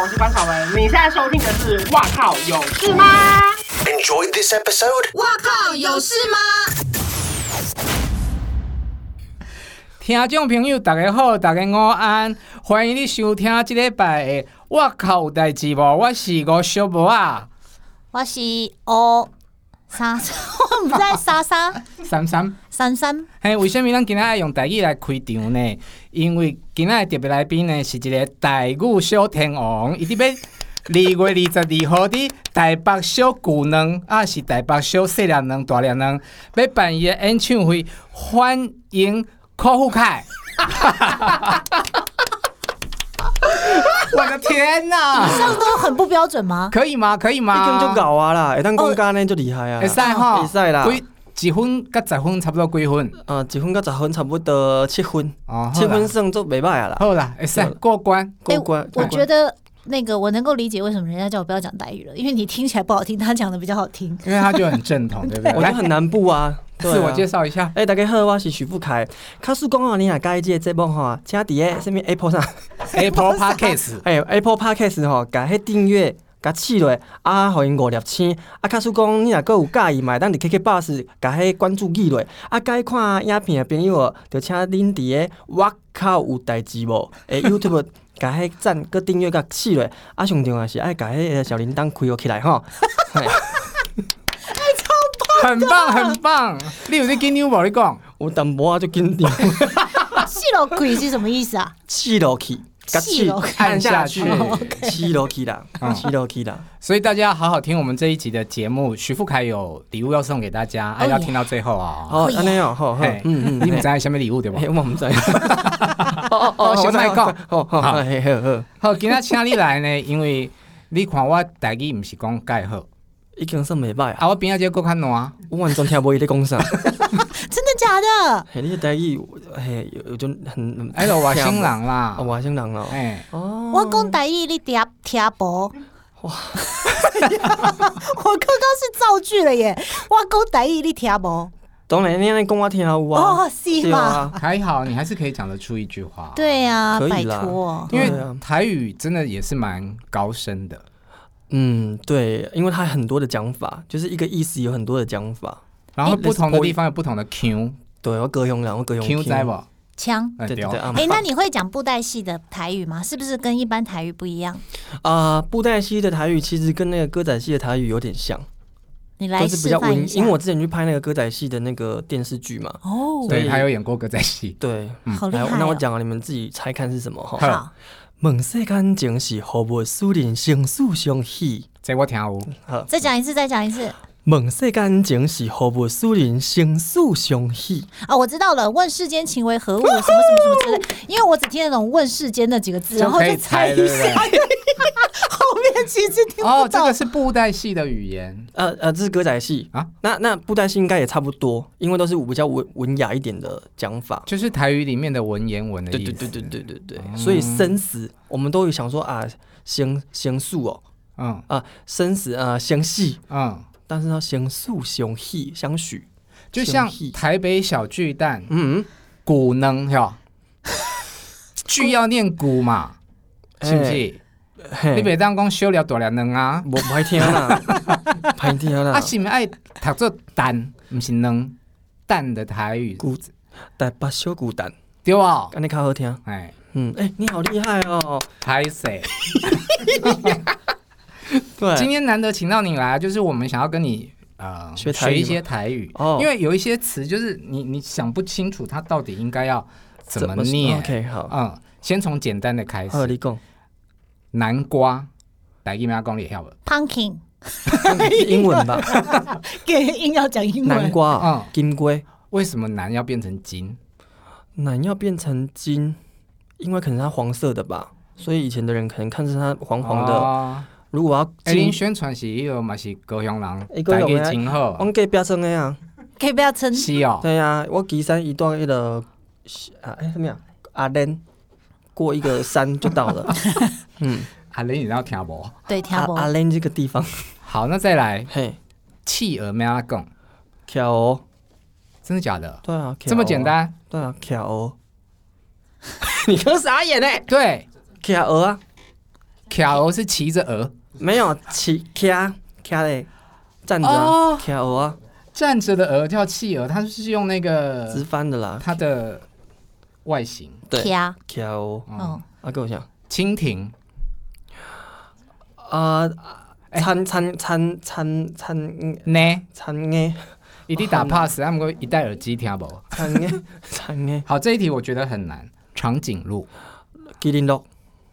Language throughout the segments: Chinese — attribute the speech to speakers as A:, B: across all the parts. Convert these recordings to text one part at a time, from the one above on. A: 我是关少文。你现在收听的是《哇靠有事吗》。
B: Enjoyed this episode?
C: 哇靠，有事吗？
D: 听众朋友，大家好，大家午安，欢迎你收听这礼拜的《我靠有代志无》，我是吴小博啊，
E: 我是哦，三，我毋知三三
D: 三三。
E: 三三，
D: 嘿，为什物咱今仔要用台语来开场呢？因为今仔的特别来宾呢是一个台语小天王，伊伫要 二月二十二号伫台北小巨蛋，啊是台北小细粒蛋、大粒蛋，要办伊的演唱会，欢迎柯富 凯。我的天哪！
E: 这样都很不标准吗？
D: 可以吗？可以
F: 已
D: 吗？
F: 经就搞啊啦，会当讲价呢就厉害啊
D: 哦会。使吼，
F: 会使啦
D: 几几分甲十分差不多几分？
F: 啊，一分到十分差不多七分，
D: 哦，
F: 七
D: 好啦
F: 分算做袂歹啊啦。
D: 好啦，会使
F: 对
D: 过关。
E: 哎
F: 过关，
E: 我
F: 过
E: 觉
F: 关。
E: 得那个我能够理解为什么人家叫我不要讲台语了，因为你听起来不好听，他讲的比较好 听。
D: 因为他就很正 统，对不对？
F: 我觉
D: 来
F: 得，很南部 啊。对啊
D: 自我介。绍一下。
F: 哎，大家好，我是许富凯。卡叔讲哦，你若介意这个节目吼，请伫诶什物 Apple 上，
D: Apple Podcast，
F: 哎 Apple Podcast 吼，甲迄订阅。甲试落，啊，互因五粒星。啊，卡叔讲，你若阁有介意嘛，咱伫 KKBox 甲迄关注记落。啊，介意看影片的朋友哦，就请恁伫个我靠有代志无？ 诶 YouTube 甲迄赞，阁订阅甲试落。啊，上重要是爱甲迄个小铃铛开落起来吼。嘿
D: 很棒，很棒。你有在跟妞宝你讲，
F: 有淡薄仔就紧 张，
E: 细佬鬼是什么意思啊？
F: 试落去，甲
E: 试落去
F: 按下去
D: 按下，
F: 试落去啦
D: 嗯，
F: 试落去啦。
D: 所以大家好好听我们这一集的节目。徐富凯有礼物要送给大家，哎，
E: 哦
D: 要
E: 耶
D: 听到最后啊。
F: 好，安尼哦，好，好
D: 嘿，
F: 嗯嗯，
D: 你们
F: 嘿
D: 知道什么礼物对不
F: 哎嘿？我嘛毋知。 哦
D: 哦先莫讲
F: 好好，
D: 好
F: 好嘿好好，
D: 好，今天请你来呢，因为你看我台语唔是讲介好，
F: 已经算袂歹啊，
D: 啊，我边仔这个更较烂。
F: 我完全听无伊咧讲啥。
E: 真的假的？
F: 嘿，你的台语，嘿，有有种很，
D: 哎，就外省人，啦
F: 哦，，外省人咯。
D: 哎，
F: 哦，
E: 我讲台语你听听嗯无？哇！ 我刚刚是造句了耶！我讲台语你听无？
F: 当然你安尼讲我听有啊
E: 哦，，是
F: 对
E: 吗？
F: 啊，
D: 还好，你还是可以讲得出一句话。，
E: 对呀，
F: 可
E: 拜
F: 以啦
E: 托。
D: 因
F: 对啊
D: 为台语真的也是蛮高深的。
F: 嗯，对，因为它很多的讲法，就是一个意思有很多的讲法。
D: 然后不同的地方有不同的 Q
F: 对，我高雄人，我高雄
D: Q
F: 腔
D: 在不？
E: 枪。
D: 嗯
F: 对对
D: 哦
F: 对，啊
E: 哎、那你会讲布袋戏的台语吗？是不是跟一般台语不一样？
F: 啊、布袋戏的台语其实跟那个歌仔戏的台语有点像，
E: 你来
F: 都是比
E: 示
F: 较
E: 范
F: 文
E: 一，下。
F: 因为我之前去拍那个歌仔戏的那个电视剧嘛。
E: 哦，
D: 对
F: 所以
D: 他有演过歌仔戏。
F: 对，
E: 好厉
F: 来
E: 害、哦！
F: 那我讲啊，你们自己猜看是什么哈？
E: 好，
F: 问世间情是何物，使人生死相许。
D: 这我听有，
F: 好，
E: 再讲一次，再讲一次。
F: 问世间情是何物，使人生死相许。
E: 啊，我知道了，问世间情为何物，什么什么什么之类，因为我只听得懂“问世间”那几个字，然后
D: 可以
E: 就
D: 猜
E: 一
D: 对
E: 下，
D: 不对？
E: 后面其实听
D: 哦
E: 不，
D: 这
E: 到。
D: 个是布袋戏的语言。
F: 呃呃，这是歌仔戏
D: 啊
F: 啊。那那布袋戏应该也差不多，因为都是比较文文雅一点的讲法。
D: 就是台语里面的文言文的
F: 对
D: 意思。
F: 对对对对对对，所以生死我们都有想说啊，生生死哦，
D: 嗯
F: 啊，生死啊，相系，
D: 嗯，
F: 但是要相素相系相许，
D: 就像
F: 相系
D: 台北小巨蛋
F: 嗯，
D: 古能哟，剧要念古嘛，
F: 哎
D: 是不是？你
F: 嗯嘿，
D: 袂当讲小了大了能啊，
F: 我歹听啦，歹听
D: 啊
F: 啦，
D: 是毋爱读作蛋，毋是能蛋的台语，
F: 古台北小古蛋，
D: 对吧？
F: 安尼较好听，
D: 哎，
F: 嗯，哎，你好厉害哦，
D: 拍谁？今
F: 对，
D: 天难得请到你来，就是我们想要跟你呃
F: 学台语
D: 一
F: 吗
D: 些台语，
F: 哦
D: 因为有一些词就是你你想不清楚它到底应该要怎么
F: 说
D: 念。
F: ？OK，好，
D: 嗯，先从简单的开
F: 好，
D: 始。
F: 你讲，
D: 南瓜，来给妈讲你晓不？
E: Pumpkin
F: 英 文吧，
E: 给硬要讲英
F: 南
E: 文，
F: 瓜
D: 嗯
F: 啊，金龟，
D: 为什么南要变成金？
F: 奶要变成金，因为可能它黄色的吧，所以以前的人可能看是它黄黄的。
D: 哦
F: 如果我要
D: 哎，您
F: 金，
D: 宣传是迄个嘛是高雄
F: 哎
D: 人，
F: 高
D: 台
F: 雄
D: 语
F: 人
D: 真好。
F: 我给变成的呀。
E: 可以不要称
D: 是哦，
F: 对呀，我岐山一段那个啊，哎什么呀？阿莲过一个山就到
D: 哦
F: 了。嗯，
D: 阿玲啊你要听无？
E: 对听
F: 阿
E: 不？
F: 阿莲这个地方，
D: 好，那再来
F: 嘿，
D: 企鹅咩啊讲？
F: 巧哦，
D: 真的假的？
F: 对啊，巧哦
D: 这么简？ 单？
F: 对啊，巧哦。你刚傻眼嘞？
D: 对，
F: 巧鹅啊，
D: 卡鹅是骑着鹅
F: 没有骑卡卡嘞，站着
D: 哦
F: 啊，卡鹅啊，
D: 站着的鹅叫企鹅，它就是用那
F: 直
D: 个
F: 翻的啦，
D: 它的外形，
F: 对，
E: 呀，
F: 卡鹅
E: 嗯，
F: 啊，跟我讲
D: 蜻蜓
F: 啊，餐餐餐餐餐
D: 呢，
F: 餐诶，
D: 一定打 pass，他们会一戴耳机听不？
F: 餐诶， 餐诶，
D: 好，这一题我觉得很难。长颈鹿、
F: 麒麟鹿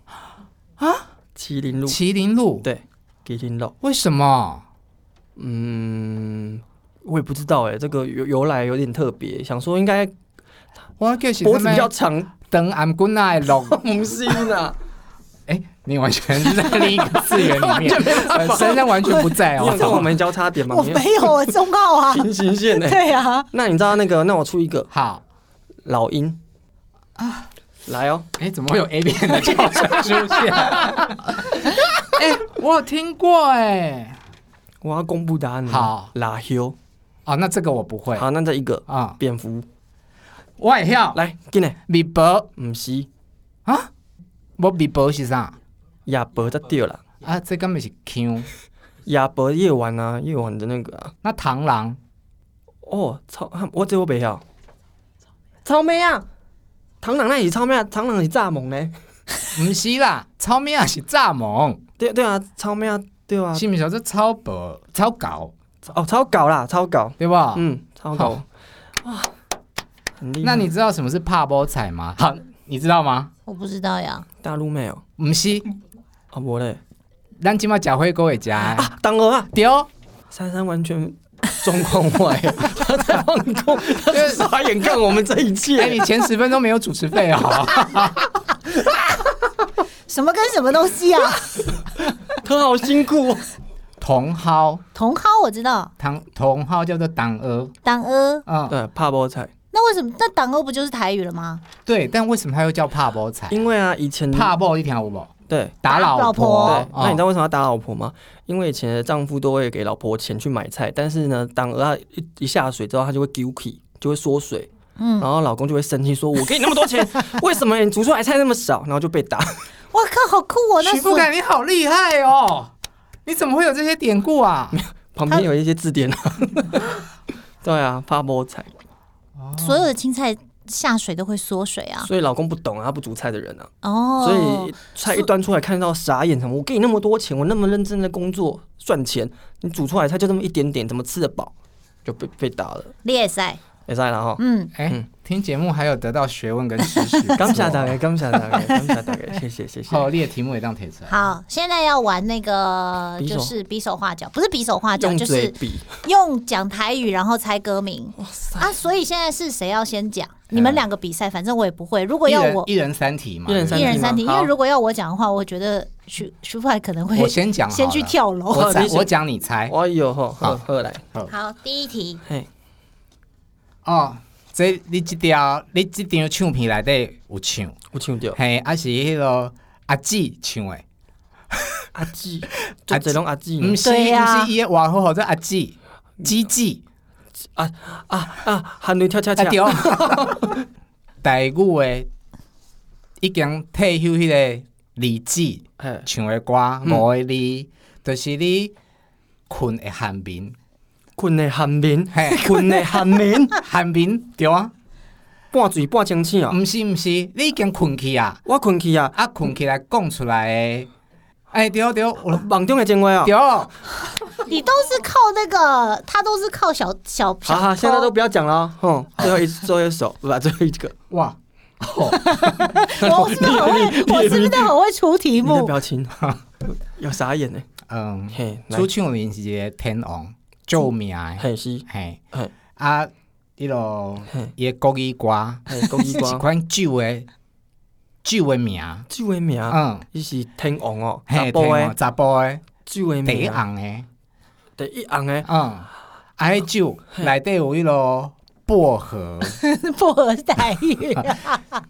F: 啊，麒麟鹿，
D: 麒麟鹿，
F: 对，麒麟鹿，
D: 为什么？
F: 嗯，我也不知道哎，这个由由来有点特别，想说应该
D: 我就是
F: 脖
D: 他
F: 子比
D: 们
F: 较长，
D: 等俺滚来 鹿。
F: 不是啦，
D: 哎、你完全是在另一个次元 里面，呃珊珊完全不在
F: 你有跟我
D: 哦。
F: 们交叉点吗？
E: 我
F: 你
E: 没有，我忠告啊，
F: 平行线哎。
E: 对啊，
F: 那你知道那个？那我出一个
D: 好，
F: 老鹰啊，来哦，
D: 哎、怎么会有 A 片的教程出 现？哎、我有听过哎、
F: 我要公布答案了。
D: 好
F: 拉修。
D: 哦，那这个我不会
F: 好，那再一个
D: 啊。
F: 蝙蝠，
D: 我会晓，
F: 来，进来，
D: 微博
F: 唔是
D: 啊，我微博是啥？
F: 亚伯在掉了，
D: 啊，这根本是 Q。
F: 亚伯夜晚啊，夜晚的那个啊，
D: 那螳螂
F: 哦，草，我这我不晓，草莓啊，螳螂那是草莓啊，螳螂是蚱蜢呢？
D: 不是啦，草莓啊是蚱蜢，
F: 对对啊，草莓啊，对啊，
D: 是不是？这草博草狗
F: 哦，草稿啦，草稿，
D: 对吧？
F: 嗯，草稿，哇，很厉害。
D: 那你知道什么是怕波彩吗？好，你知道吗？
E: 我不知道呀，
F: 大陆妹哦，
D: 不是，
F: 啊无嘞，
D: 咱今麦食火锅会食的，
F: 啊，当鹅啊，
D: 对哦，
F: 珊珊完全状况外， 她在放空，她在傻眼看我们这一
D: 哎，
F: 切。
D: 你前十分钟没有主持 费哦。
E: 什么跟什么东西啊？
F: 她好辛苦、哦。
D: 茼蒿，
E: 茼蒿我知道，
D: 茼茼蒿叫做党鹅，
E: 党鹅，
D: 嗯，
F: 对，怕菠菜，
E: 那为什么？那党鹅不就是台语了吗？
D: 对，但为什么它又叫怕波彩？
F: 因为啊，以前
D: 怕波一条有无？
F: 对
D: 嗯打老
E: 老
F: 对、
E: 婆
D: 婆，
F: 那你知
D: 道
F: 道为什么要打老婆吗？因为以前的丈夫都会给老婆钱去买菜，但是呢，当鹅啊一一下水之后，她就会 guilty，就会缩水。嗯，然后老公就会生气，说：“我给你那么多 钱，为什么你煮出来菜那么少？”然后就被打。
E: 哇靠，好酷哦！那
D: 徐副
E: 所
D: 感你好厉害哦，你怎么会有这些典故啊？
F: 旁边有一些字典 啊。对啊，怕菠菜，
E: 所有的青菜下水都会缩水啊。
F: 所以老公不懂啊，他不煮菜的人啊。
E: 哦，
F: 所以菜一端出来，看到傻眼什么？我给你那么多钱，我那么认真的工作赚钱，你煮出来菜就这么一点点，怎么吃得饱？就被被打了，
E: 裂塞，
F: 也在 了哈。
E: 嗯，
D: 哎，听节目还有得到学问跟知识，
F: 感谢大家，感谢大家，感谢大家， 谢谢谢谢。
D: 好，列题目也当提出来。
E: 好，现在要玩那个
F: 比手
E: 就是比手画脚，不是比手画脚，
F: 用
E: 就
F: 嘴
E: 是
F: 比，
E: 用讲台语然后猜歌名啊。所以现在是谁要先讲？你们两个比赛，反正我也不会。如果
D: 一
E: 要
D: 人
E: 我
D: 一人三题嘛，
F: 哎一人三
E: 一
F: 题
E: 人
F: 吗
E: 三题，因
F: 好
E: 为如果要我讲的话，我觉得徐徐富海可能会
D: 我先讲好了
E: 先去跳楼。
D: 我
F: 哦
D: 讲
F: 你先
D: 我讲你猜
F: 哎呦吼，
D: 好
F: 好，好来，
E: 好，第一题，
F: 嘿，
D: 哦。这你这条你这张唱片内底有唱，
F: 我唱掉
D: 嘿，啊是迄个阿姊唱的，
F: 阿姊，嗯就这拢阿姊呢
D: 毋是
E: 对啊
D: 毋是伊的外号叫做阿姊，姊姊
F: 啊啊，韩流跳跳
D: 啊
F: 跳，
D: 对。 台语的已经退休迄个李姊
F: 嘿，
D: 唱的歌，五个字，
F: 嗯
D: 就是你困的寒眠，
F: 困的寒眠
D: 嘿，
F: 困的寒眠，
D: 寒眠对啊，
F: 半醉半清醒哦。
D: 毋是毋是，你已经困去啊。
F: 我困去啊，
D: 啊，困起来讲出来的，哎、对对，我
F: 梦中的真话哦
D: 对。
E: 你都是靠那个，他都是靠小小小
F: 好好，
E: 偷
F: 现在都不要讲了哦，哼，最后一最后一首，不，最后一个，
D: 哇，哦、
E: 我是不是很会？我是不是很会出题
F: 你的
E: 目？
F: 表 情有哎傻眼呢。
D: 嗯，
F: 嘿，来
D: 主，唱人是一个天王，救命的，
F: 嘿是，
D: 嘿，
F: 嘿，
D: 啊，迄落
F: 嘿
D: 伊的国语歌
F: 嘿，恭喜
D: 是一
F: 光，
D: 款酒的酒的名，
F: 酒的名，
D: 嗯，
F: 伊是天王哦，
D: 嘿，
F: 啊查甫
D: 天王查甫的，
F: 的，嗯酒的
D: 第一
F: 名，啊
D: 红的，
F: 第一红 的，
D: 嗯，啊，迄酒内底有迄落薄荷，
E: 薄荷是台语，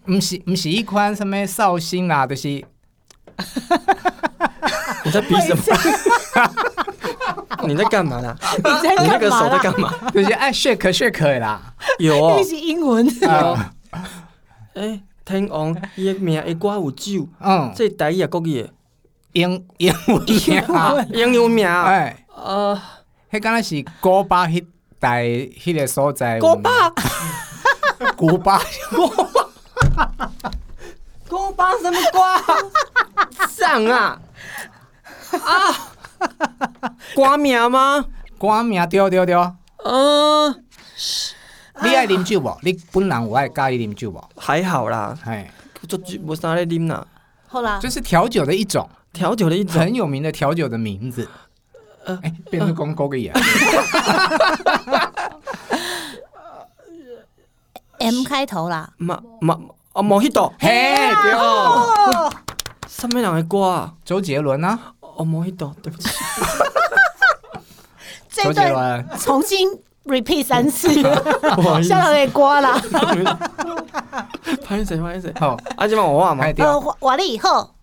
D: 毋是毋是迄款什物绍兴啦，就是
F: 你在比什么？ 你在干嘛啦？
E: 你在
F: 你那
E: 干
F: 个
E: 嘛
F: 手在
E: 啦？
F: 干嘛？
D: 就是爱 shake shake 的啦，啊
F: 有哦
E: 那，是英文。
F: 有。哎，天王伊的名，伊歌有酒，
D: 嗯。
F: 这台语也国语的，
D: 英英文名，
F: 英文名，
D: 啊哎，
F: 呃，
D: 迄敢若是古巴迄代迄个所在有
F: 古
D: 名，
F: 巴，
D: 古巴，
F: 古巴什么 瓜？上啊 啊，瓜名吗？
D: 歌名对对对，
F: 嗯、
D: 你爱啉酒无？你本人有爱介意啉酒无？
F: 还好啦，
D: 哎，
F: 就无啥咧啉啦，
E: 后啦，
D: 就是调酒的一种，
F: 调酒的一种
D: 很。有名的调酒的名字。哎，变成公狗个眼，
E: M 开头啦，
F: 嘛嘛哦，莫希朵，
D: 嘿，对哦，
F: 上面两个歌啊，
D: 周杰伦啊，
F: 哦，莫希朵，对不起，
E: 这
D: 周杰
E: 段
D: 伦，
E: 重新 repeat 三次，笑到给刮啦。
F: 拍谁拍谁？
D: 好，
F: 啊，即嘛我话嘛
D: 拍，
E: 呃
D: 掉，，
E: 瓦力以后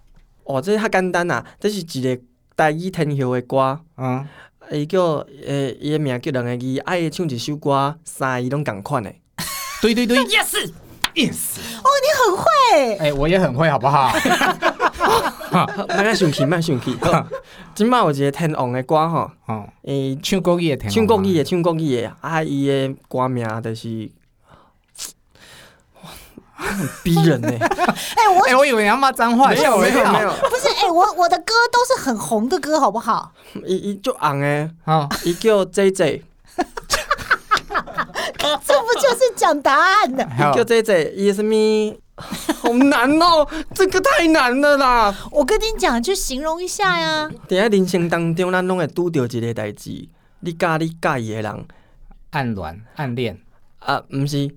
F: 哦，这较简单啦，这是一个台语天后的歌，
D: 嗯，
F: 伊叫诶，伊的名叫两个字，啊，伊唱一首歌，三伊拢共款的。
D: 对对对，yes，yes，
E: 哦，你很会，
D: 哎，我也很会，好不好？
F: 莫个生气，莫生 气。好即嘛有一个天王的歌吼，
D: 哦，
F: 诶，
D: 唱国语的听，
F: 唱国语的，唱国语的，啊，伊的歌名就是，哇，很逼人呢。
E: 哎，我
D: 哎、我以为你要骂脏话，啊吓我一跳。
F: 没有，
E: 不是哎，我我的歌都是很红的歌，好不 好？
F: 伊伊足红的。
D: 好，
F: 伊叫 J J，
E: 这不就是讲答案的？
F: 伊叫 J J，伊什么？ 好难哦，这个太难了啦！
E: 我跟你讲，去形容一下呀。
F: 伫喺人生当中，啊咱拢会拄到一个代志，你教你介意的人
D: 暗恋、暗恋、
F: 啊，毋是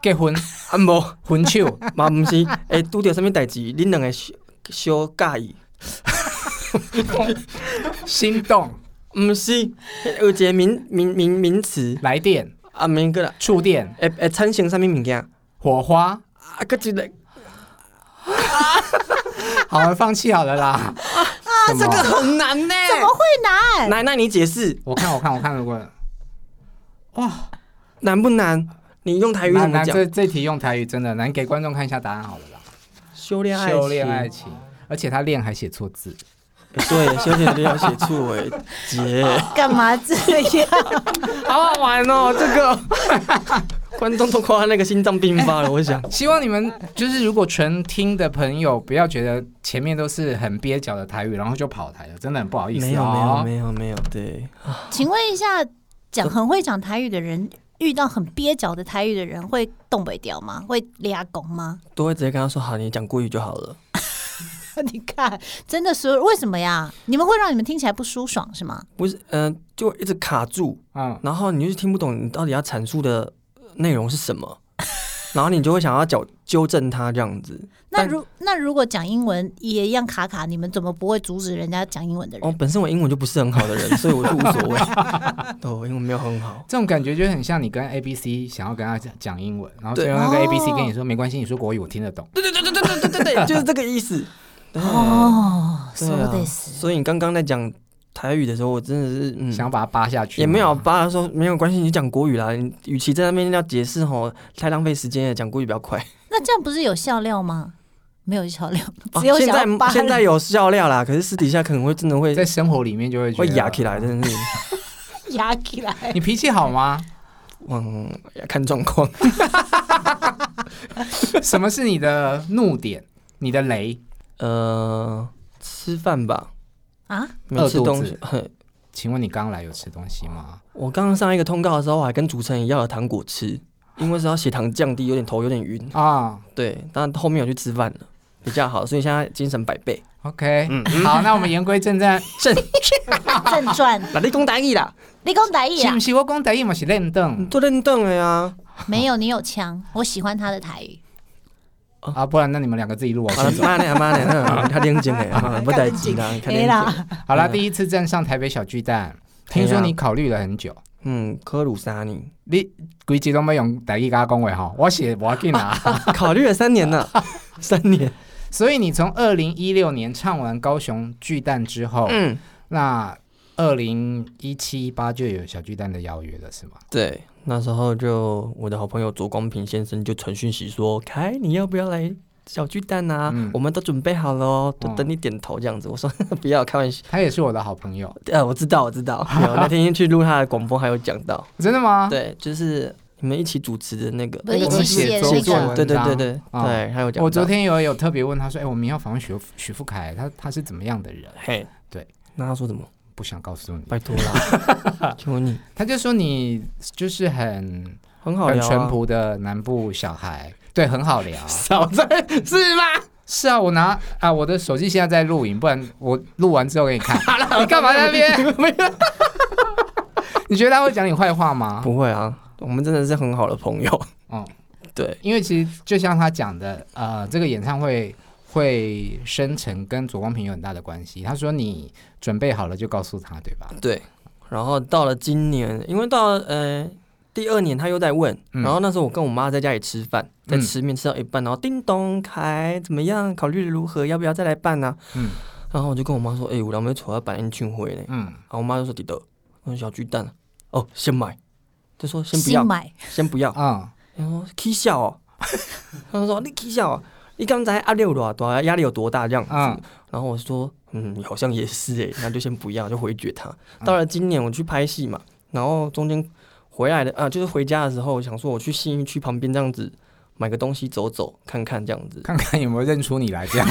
D: 结婚、
F: 啊，无
D: 分 手，
F: 嘛毋是，会拄到什物代志，恁两个小小介意，
D: 心动、
F: 毋是有一个名名名名词
D: 来电、
F: 啊，名个啦，
D: 触电、
F: 会会产生什物物件
D: 火花。
F: 啊？个一
D: 哦
F: 个
D: 好了，放弃好了啦。啊，这个
F: 很难呢、
E: 怎么会难？
F: 来，那你解释
D: 我看，我看，我看，如果哇，
F: 难不难？你用台语怎
D: 难
F: 么
D: 难，
F: 讲
D: 这？这题用台语真的难，给观众看一下答案好了啦。
F: 修炼爱情，
D: 修炼爱情，而且他恋还写错字，
F: 对，小姐都要写错哎， 姐，
E: 干嘛这样？
F: 好好玩哦，这个观众都快要那个心脏病发了，我想。
D: 希望你们就是如果纯听的朋友，不要觉得前面都是很蹩脚的台语，然后就跑台了，真的很不好意思、哦。
F: 没有没有没有没有，对，
E: 请问一下，讲很会讲台语的人，遇到很蹩脚的台语的人，会动北调 吗？会俩拱吗？
F: 都会直接跟他说好，你讲国语就好了。
E: 你看，真的是为什么呀？你们会让你们听起来不舒爽是吗？
F: 不是，嗯、就一直卡住，
D: 嗯，
F: 然后你就是听不懂你到底要阐述的内容是什么， 然后你就会想要纠纠正他这样子。
E: 那
F: 但
E: 如那如果讲英文也一样卡卡，你们怎么不会阻止人家讲英文的人？
F: 哦，本身我英文就不是很好的人，所以我就无所 谓。对，我英文没有很好。
D: 这种感觉就很像你跟 A B C 想要跟他讲讲英文，然后最
F: 对
D: 后那个
E: 哦
D: A B C 跟你说、没关系，你说国语我听得懂。
F: 对对对对对对对对 对，就是这个意思。对
E: 哦，
F: 对
E: 说
F: 啊
E: 的是，
F: 所以你刚刚在讲台语的时候，我真的是嗯，
D: 想把它扒下去吗，
F: 也没有啊爸爸说没有关系，你讲国语啦。你与其在那边要解释吼，太浪费时间了，讲国语比较快。
E: 那这样不是有笑料吗？没有笑料，
F: 啊
E: 只有
F: 现
E: 想要
F: 在
E: 扒
F: 现在有笑料啦，可是私底下可能会真的会
D: 在生活里面就会觉
F: 会
D: 得
F: 哑起来，真的是，
E: 压起来。
D: 你脾气好吗？
F: 嗯，要看状况。
D: 什么是你的怒点？你的雷？
F: 呃，吃饭吧，
E: 啊，
F: 没吃
D: 饿肚
F: 东
D: 子
F: 西。嘿
D: 请问你刚来有吃东西吗？
F: 我刚刚上一个通告的时候，我还跟主持人要了糖果吃，因为是要血糖降低，有点头有点晕。
D: 啊、
F: 对，但后面我去吃饭了，比较好，所以现在精神百倍。
D: o k
F: 嗯
D: 好，那我们言归正传，
F: 正，
E: 正传，
F: 哪里讲台语啦？
E: 立功打义
D: 是
E: 啊
D: 不！是我讲台语嘛是认
F: 你
D: 凳
F: 做认凳的呀。
E: 没有，你有枪，我喜欢他的台语。
D: 啊？不然那你们两个自己录哦我
F: 嗯好了
D: 先，走。
F: 妈呢妈呢，较冷静诶，啊，不代志啦，较
E: 没
F: 冷静。
E: 啦，
D: 好啦，第一次站上台北小巨蛋，
F: 啊
D: 听说你考虑了很久，
F: 嗯，科鲁沙尼，
D: 你规集都没用台语跟我讲 话吼，我写我紧 啊。
F: 考虑了三年了，三年。
D: 所以你从二零一六年唱完高雄巨蛋之后，
F: 嗯，
D: 那二零一七一八就有小巨蛋的邀约了，是吗？
F: 对，那时候就我的好朋友左光平先生就传讯息说，凯，你要不要来小巨蛋啊，
D: 嗯
F: 我们都准备好了哦，就
D: 哦
F: 等你点头这样子。我说 不要开玩笑，
D: 他也是我的好朋友，
F: 呃，我知道，我知道， 有那天去录他的广播还有讲到，
D: 真的吗？，
F: 对，就是你们一起主持的那个
E: 不是一
D: 我
E: 起
D: 们写
E: 写
D: 作
E: 那
D: 作
E: 个
D: 文
F: 对对对
D: 章
F: 对、
D: 啊
F: 对，还有讲到。
D: 我昨天有有特别问他说：“哎、我们要访问许许富凯，他他是怎么样的人
F: 嘿，
D: 对，
F: 那他说 什么？
D: 不想告诉你。
F: 拜托啦， 求你，
D: 他就说你就是很
F: 很好
D: 很
F: 聊、啊，
D: 淳朴的南部小孩，对，很好聊。
F: 少在是吗？
D: 是啊，我拿啊，我的手机现在在录影，不然我录完之后给你 看。你干嘛在那边？你觉得他会讲你坏话吗？
F: 不会啊，我们真的是很好的朋友。
D: 嗯，
F: 对，
D: 因为其实就像他讲的，呃，这个演唱会会生成跟左光平有很大的关系。他说你准备好了就告诉他，对吧？
F: 对，然后到了今年，因为到了呃第二年，他又在问，
D: 嗯
F: 然后那时候我跟我妈在家里吃饭，在
D: 嗯
F: 吃面吃到一半，然后叮咚凯怎么样？考虑如何？要不要再来办呢、
D: 嗯
F: 然后我就跟我妈说，哎、我两妹出来办演唱会呢，
D: 嗯，
F: 然后我妈就说弟德，我说小巨蛋啊，哦，先买，就说先不
E: 新
F: 要，
E: 买
F: 先不要，
D: 啊、
F: 然后起笑哦，他们说你起笑哦，你刚才压力有多大，压力有多大这样子。
D: 嗯
F: 然后我说，嗯，好像也是哎，那就先不要，就回绝他。到了今年我去拍戏嘛，然后中间回来的啊，就是回家的时候，我想说我去信义区旁边这样子买个东西走走看看 这样子，
D: 看看有没有认出你来这 样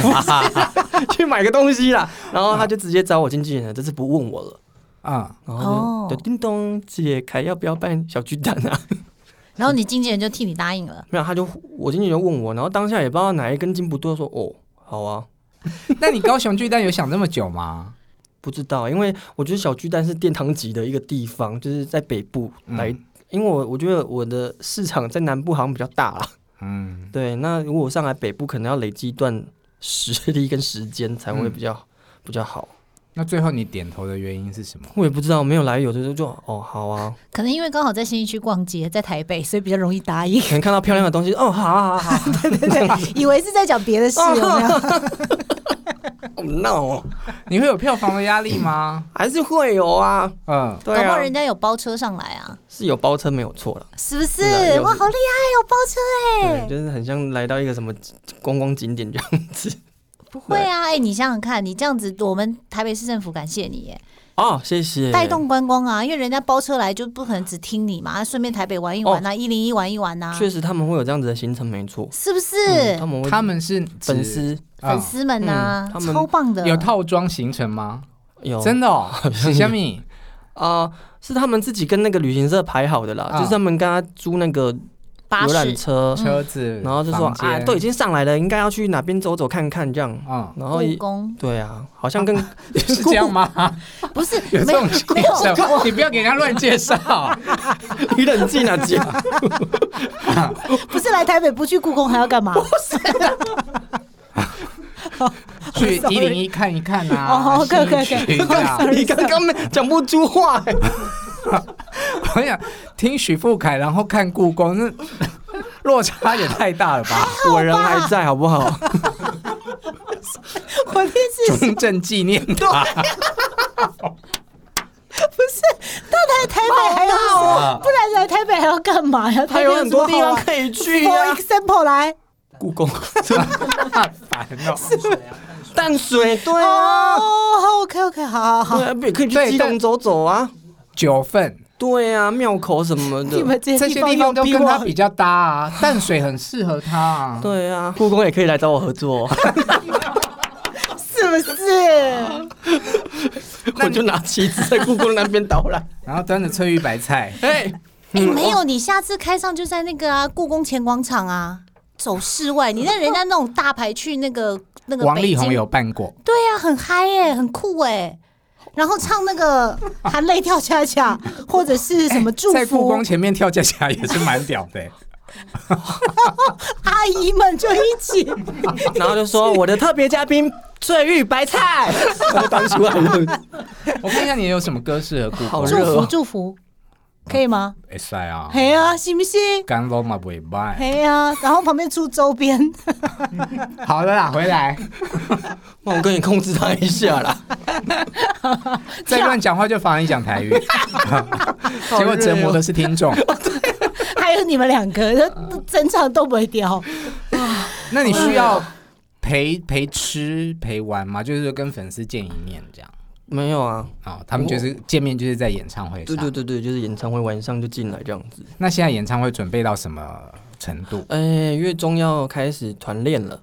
F: 去买个东西啦。然后他就直接找我经纪人了，这次不问我了。
D: 啊、
F: 然后
E: 哦
F: 就就叮咚，姐凯要不要办小巨蛋啊？
E: 然后你经纪人就替你答应了，
F: 没有，他就我经纪人就问我，然后当下也不知道哪一根筋不对，说哦，好啊，
D: 那你高雄巨蛋有想这么久吗？
F: 不知道，因为我觉得小巨蛋是殿堂级的一个地方，就是在北部
D: 嗯
F: 来，因为我我觉得我的市场在南部好像比较大啦。
D: 嗯，
F: 对，那如果我上来北部，可能要累积一段实力跟时间才
D: 嗯
F: 会比较、比较好。
D: 那最后你点头的原因是什么？
F: 我也不知道，没有来由的时候就哦好啊，
E: 可能因为刚好在新一区逛街，在台北，所以比较容易答 应。
F: 可能看到漂亮的东西，哦好啊好啊 好啊，
E: 对对对，以为是在讲别的事，有没有？
F: 哦 no，
D: 你会有票房的压力吗？
F: 还是会有啊，
D: 嗯，
F: 对
E: 搞不
F: 啊
E: 好，人家有包车上来啊，
F: 是有包车没有错 了，
E: 是不是
F: 是啊有？
E: 哇，好厉害，有包车哎、
F: 对，就是很像来到一个什么观光景点这样子。
E: 不会啊，哎、你想想看，你这样子，我们台北市政府感谢你耶，
F: 哦，谢谢，
E: 带动观光啊，因为人家包车来就不可能只听你嘛，顺便台北玩一玩呐、啊，一零一玩一玩呐、啊，
F: 哦确实他们会有这样子的行程，没错。
E: 是不是？
F: 嗯他们会
D: 他们是
F: 粉丝
D: 啊
E: 粉丝们呐、
F: 嗯他们
E: 超棒的，
D: 有套装行程吗？
F: 有
D: 真的哦，
F: 像
D: 虾米
F: 啊，是他们自己跟那个旅行社排好的啦，
D: 啊
F: 就是他们跟他租那个
E: 巴
F: 游览
E: 士
F: 车，
D: 车子，
F: 然后就说
D: 房间
F: 啊，都已，经上来了，应该要去哪边走走看看这样。
D: 嗯，
F: 然后
E: 故
F: 也
E: 宫
F: 对啊，好像跟
D: 是这样吗？
E: 不是
D: 有这
E: 没有
D: 种
E: 没有
D: 故事哦你不要给人家乱介 绍。
F: 你冷静啊姐，
E: 不是来台北不去故宫还要干嘛？
D: 去
E: sorry
D: 一零一看一看啊。
E: 哦可以可以
D: 新
E: 可以
D: 区对 啊
E: sorry
F: 你刚刚没讲不出话欸，
D: 我想听许富凯，然后看故宫，那 落差也太大了吧？
F: 我人还在好不好？
E: 我的意思是，
D: 中正纪念 塔
E: 不是到台台北还要什
F: 啊
E: 么？不然来台北还要干嘛呀？
F: 还
E: 台北
F: 有很多地
E: 什么好
F: 方
E: 玩
F: 可以去啊
E: For，example，来
F: 故宫、
D: 烦哦。
F: 淡水，对啊，
E: 哦，OK OK，好好
F: 对
E: 好，
F: 啊，也可以
D: 对
F: 去基
D: 但
F: 隆走走啊，
D: 九份
F: 对啊，庙口什么的，
E: 你们这
D: 这
E: 些
D: 些
E: 地
D: 地方
E: 方要
D: 都
E: 逼
D: 跟
E: 我
D: 他比较搭啊，淡水很适合他 啊。
F: 对啊，故宫也可以来找我合作哦，
E: 是不是？
F: 我就拿旗子在故宫那边导览。
D: 然后端着翠玉白菜，
F: 哎，
E: 哎、没有，你下次开上就在那个啊故宫前广场啊，走室外。你让人家那种大牌去那个那个
D: 王
E: 北
D: 力
E: 京
D: 宏有办过。
E: 对呀、很嗨耶、很酷哎、然后唱那个含泪跳恰恰，或者是什么祝
D: 哎在故
E: 福，
D: 宫前面跳恰恰也是蛮屌 的欸、
E: 阿姨们就一起，
F: 然后就说我的特别嘉宾翠玉白 菜，然后当出来 了。
D: 我看一下你有什么歌适合故
F: 好
D: 宫？
E: 祝
F: 热
E: 福祝福，可以吗？
D: 哎塞啊，
E: 嘿啊，信不信？
D: 干捞嘛不会卖。
E: 嘿啊，然后旁边出周边，
D: 好了啦，回来，
F: 那我跟你控制他一下啦，
D: 再乱讲话就罚你讲台 语，结果折磨的是听众。
E: 还有你们两个，这整场都不会掉。
D: 那你需要陪陪吃陪玩吗？就是跟粉丝见一面这样。
F: 没有啊，
D: 哦，他们就是见面就是在演唱会上。
F: 对对对对，就是演唱会晚上就进来这样子。
D: 那现在演唱会准备到什么程度？
F: 哎、月中要开始团练了，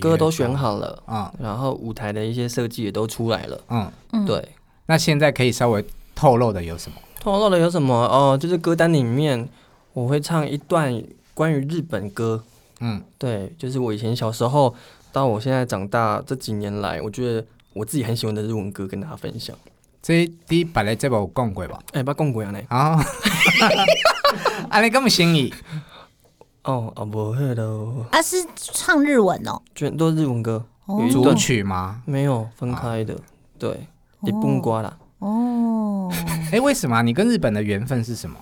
F: 歌都选好了，
D: 啊、
F: 然后舞台的一些设计也都出来了。
D: 嗯嗯。
F: 对，
D: 那现在可以稍微透露的有什么？
F: 透露了有什么？哦，就是歌单里面我会唱一段关于日本歌。
D: 嗯，
F: 对，就是我以前小时候到我现在长大这几年来，我觉得我自己很喜欢的日文歌跟大家分享。
D: 这第一本来这有讲过吧？
F: 哎、捌讲过啊呢？
D: 啊、哦， 啊你咁有新意，
F: 哦哦，无迄咯，
E: 啊，是唱日文哦，
F: 全都是日文歌，
E: 哦
F: 有一
D: 主
F: 段
D: 曲吗？
F: 没有分开的，对，日本歌啦。
E: 哦，
D: 哎、为什么啊、你跟日本的缘分是什么？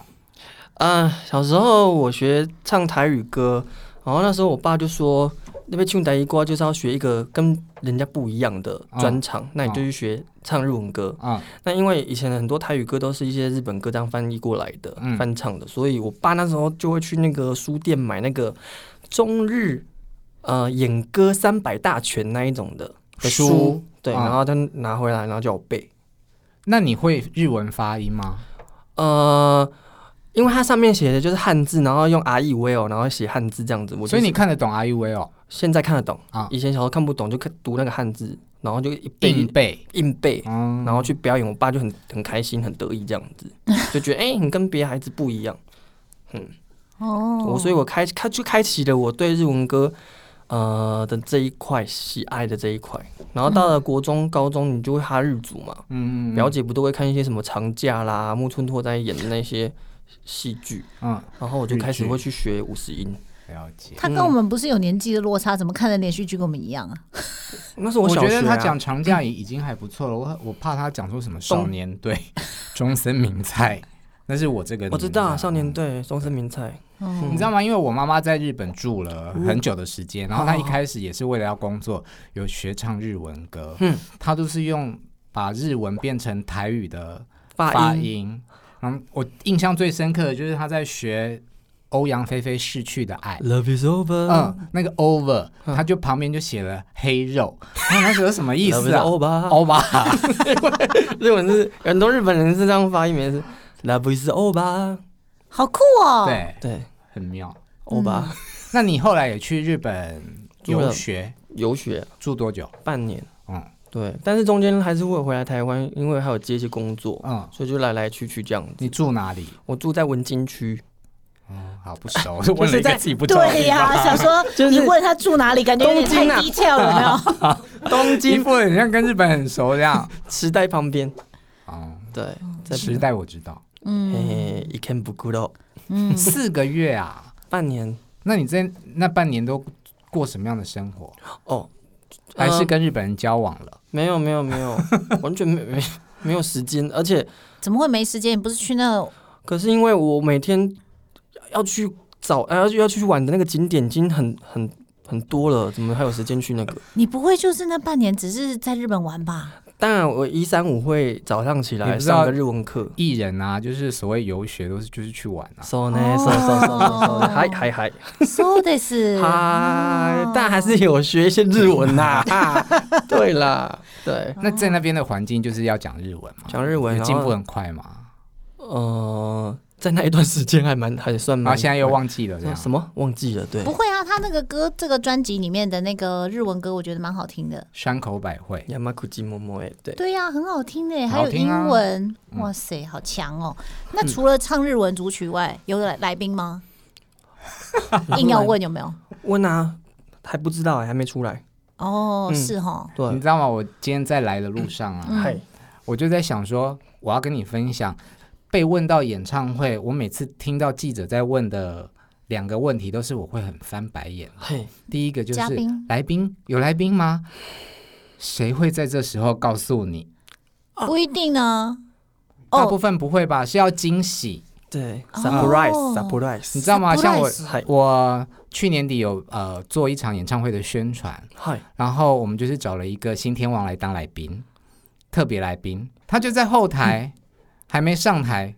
F: 啊、小时候我学唱台语歌，然后那时候我爸就说，那边唱台语歌就是要学一个跟人家不一样的专长，那你就去学唱日文歌。
D: 啊、
F: 那因为以前很多台语歌都是一些日本歌这样翻译过来的、
D: 嗯
F: 翻唱的，所以我爸那时候就会去那个书店买那个中日呃演歌三百大全那一种的的
D: 书
F: 书，对，
D: 啊
F: 然后他拿回来，然后叫我背。
D: 那你会日文发音吗？
F: 呃，因为它上面写的就是汉字，然后用 R E V O，然后写汉字这样子。我
D: 所以
F: 就是
D: 你看得懂 I U V 哦，
F: 现在看得懂
D: 啊
F: 以前小时候看不懂，就看读那个汉字，然后就一背
D: 硬背。
F: 硬背，
D: 嗯，
F: 然后去表演。我爸就很很开心，很得意这样子，就觉得哎、你跟别的孩子不一样。
E: 哦，
F: 我所以，我开开就开启了我对日文歌呃的这一块喜爱的这一块。然后到了国中、高中，你就会哈日族嘛，
D: 嗯，嗯
F: 表姐不都会看一些什么长假啦、木村拓哉演的那些戏剧。
D: 嗯，
F: 然后我就
D: 日
F: 开始
D: 剧
F: 会去学五十音。
D: 了解。
E: 他跟我们不是有年纪的落差，怎么看的连续剧跟我们一样啊？
F: 那是
D: 我
F: 小
D: 觉
F: 学、啊、
D: 得他讲长假已已经还不错了，我我怕他讲出什么少年队、终身名菜，那是我这个
F: 我知道
D: 年
F: 啊
D: 代
F: 少年队、终身名菜，
E: 哦
D: 你知道吗？因为我妈妈在日本住了
F: 嗯
D: 很久的时间，然后她一
F: 哦
D: 开始也是为了要工作，有学唱日文歌，嗯，她都是用把日文变成台语的
F: 发音
D: 发音。然后我印象最深刻的就是她在学欧阳菲菲《逝去的爱》。
F: Love is over，
D: 嗯，那个 over，她
F: 嗯
D: 就旁边就写了黑肉，然后那时候什么 意
F: Love
D: 思
F: is
D: 啊？
F: over
D: 欧巴，
F: 日文是很多日本人是这样发音，没事。Love is over，
E: 好酷哦！，
D: 对，
F: 对
D: 很妙。
F: ，over
D: 那你后来也去日本
F: 住了
D: 游学，
F: 游学
D: 住多久？
F: 半年，
D: 嗯
F: 对，但是中间还是会回来台湾，因为还有接一些工作，
D: 嗯，
F: 所以就来来去去这样子。
D: 你住哪里？
F: 我住在文津区，
D: 哦好不 熟，问了一个自己不知道的地
E: 对呀、想说你问他住哪里，感觉有点
F: 东京啊
E: 太低调了，有没有？
F: 东
D: 方，一
F: 京
D: 副很像跟日本很熟这样。
F: 池袋旁边，
D: 哦，
F: 对，在
D: 时代我知道，
F: 嘿，一看不孤到
D: 四个月啊，
F: 半年
D: 那你在那半年都过什么样的生活？
F: 哦，
D: 还是
F: 呃
D: 跟日本人交往了？
F: 没有没有没有，完全没没没有时间，而且
E: 怎么会没时间？你不是去那
F: 可是因为我每天要去找，呃要去要去玩的那个景点已经很很很多了，怎么还有时间去那个？
E: 你不会就是那半年只是在日本玩吧？
F: 当然，我一三五会早上起
D: 你
F: 来
D: 不知道
F: 上个日文课。
D: 艺人啊，就是所谓游学，都是就是去玩啊。
F: so 呢，so so so so so，嗨嗨嗨
E: so this，
F: 嗨，但还是有学一些日文 呐、哈对啦，对，
D: 那在那边的环境就是要啊讲日文嘛，
F: 讲日文
D: 有进
F: 然后
D: 步很快嘛。
F: 呃，在那一段时间还蛮还算
D: 然后
F: 蛮。
D: 现在又忘记了这
F: 啊
D: 样。
F: 什么忘记了？对
E: 不，会啊，他那个歌这个专辑里面的那个日文歌，我觉得蛮好听的。
D: 山口百惠，
F: 亚麻古吉摸摸哎，对，
E: 对呀、很好听诶，还
D: 好
E: 有
D: 听
E: 英
D: 啊嗯
E: 文，哇塞，好强哦！那除了唱日文组曲外，有来来宾吗？ 硬要问有没有？
F: 问啊，还不知道哎，还没出来。
E: 哦，
F: 嗯
E: 是哈，
F: 对
D: 你，知道吗？我今天在来的路上啊，
F: 嗨，
D: 我就在想说，我要跟你分享，被问到演唱会，我每次听到记者在问的两个问题，都是我会很翻白眼。
F: 嘿，
D: 第一个就是
E: 嘉宾
D: 来宾有来宾吗？谁会在这时候告诉你？啊
E: 不一定呢。
D: 大
E: 哦
D: 部分不会吧，是要惊喜，
F: 对
E: 哦
D: 你
F: ，surprise，surprise，
D: 知道吗？
E: Surprise
D: 像我，
F: 嗨
D: 我去年底有呃做一场演唱会的宣传，
F: 嗨，
D: 然后我们就是找了一个新天王来当来宾，特别来宾，他就在后台，还没上台，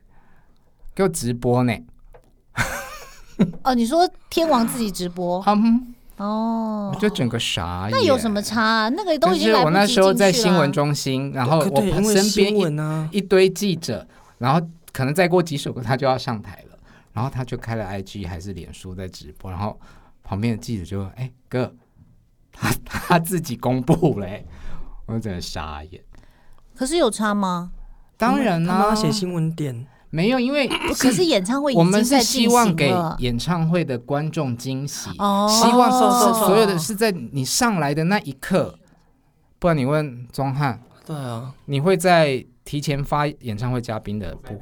D: 给我直播呢。
E: 哦，你说天王自己直播，
D: 嗯，
E: 哦
D: 我，就整个傻眼。
E: 那有什么差啊？那个都
D: 就
E: 已
D: 哎是
E: 经来
D: 我
E: 不
D: 那
E: 及
D: 时候
E: 进
D: 在
E: 去啊
D: 新
E: 啦
D: 闻中心，然后我
F: 对，因为
D: 身边
F: 新
D: 一
F: 闻啊，
D: 一堆记者，然后可能再过几首歌他就要上台了，然后他就开了 IG 还是脸书在直播，然后旁边的记者就说：“哎、哥，他他自己公布嘞、我整个傻眼。
E: 可是有差吗？
D: 当然啊
F: 他
D: 啦、
F: 妈写新闻点，
D: 没有，因为
E: 可是演唱会已
D: 我们
E: 经
D: 是
E: 在
D: 希
E: 进
D: 望
E: 行
D: 给
E: 了。
D: 演唱会的观众惊喜，
E: 哦，
D: 希望
F: 哦
D: 是所有的是在你上来的那一刻。不然你问钟汉，
F: 对啊，
D: 你会在提前发演唱会嘉宾的不？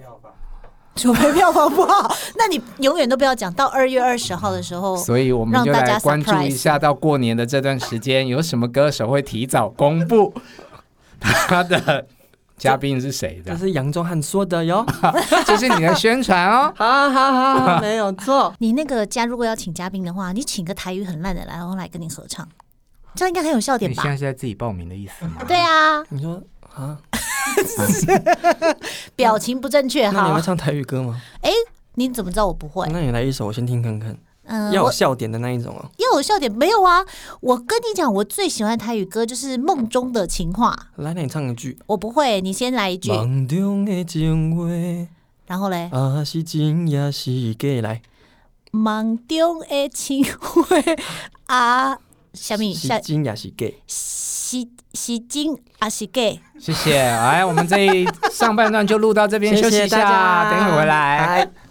E: 除非票房不好，那你永远都不要讲到二月二十号的时
F: 哦
E: 候，
D: 所以我们就
E: 让大家，
D: 来关注一下，到过年的这段时间，有什么歌手会提早公布他的嘉宾是谁
F: 这
D: 的，
F: 是杨宗翰说的哟，
D: 这是你的宣传 哦。
F: 哈哈 哈，没有错
E: 你那个家如果要请嘉宾的话，你请个台语很烂的来，然后来跟你合唱，这样应该很有笑点
D: 你现在
E: 吧？
D: 是在自己报名的意思吗？
E: 对啊，
F: 你说啊，
E: 表情不正确
F: 那你
E: 哈
F: 会。唱台语歌吗？
E: 哎，你怎么知道我不哎会？
F: 那你来一首，我先听看看，
E: 嗯，
F: 要有
E: 我
F: 笑点的那一种哦，
E: 要有笑点没有啊？我跟你讲，我最喜欢台语歌就是《梦中的情话
F: 来，那你唱一句》，。
E: 我不会，你先来一句，
F: 梦中的情话。
E: 然后嘞，
F: 啊，是真也是假来，
E: 梦中的情话啊，下面
F: 是
E: 下
F: 真也是假。
E: 是是真啊是假？
D: 哎谢谢，来，我们这一上半段就录到这边，
F: 谢谢
D: 休息一
F: 大
D: 下，
F: 家
D: 等一会儿回来。
F: 嗨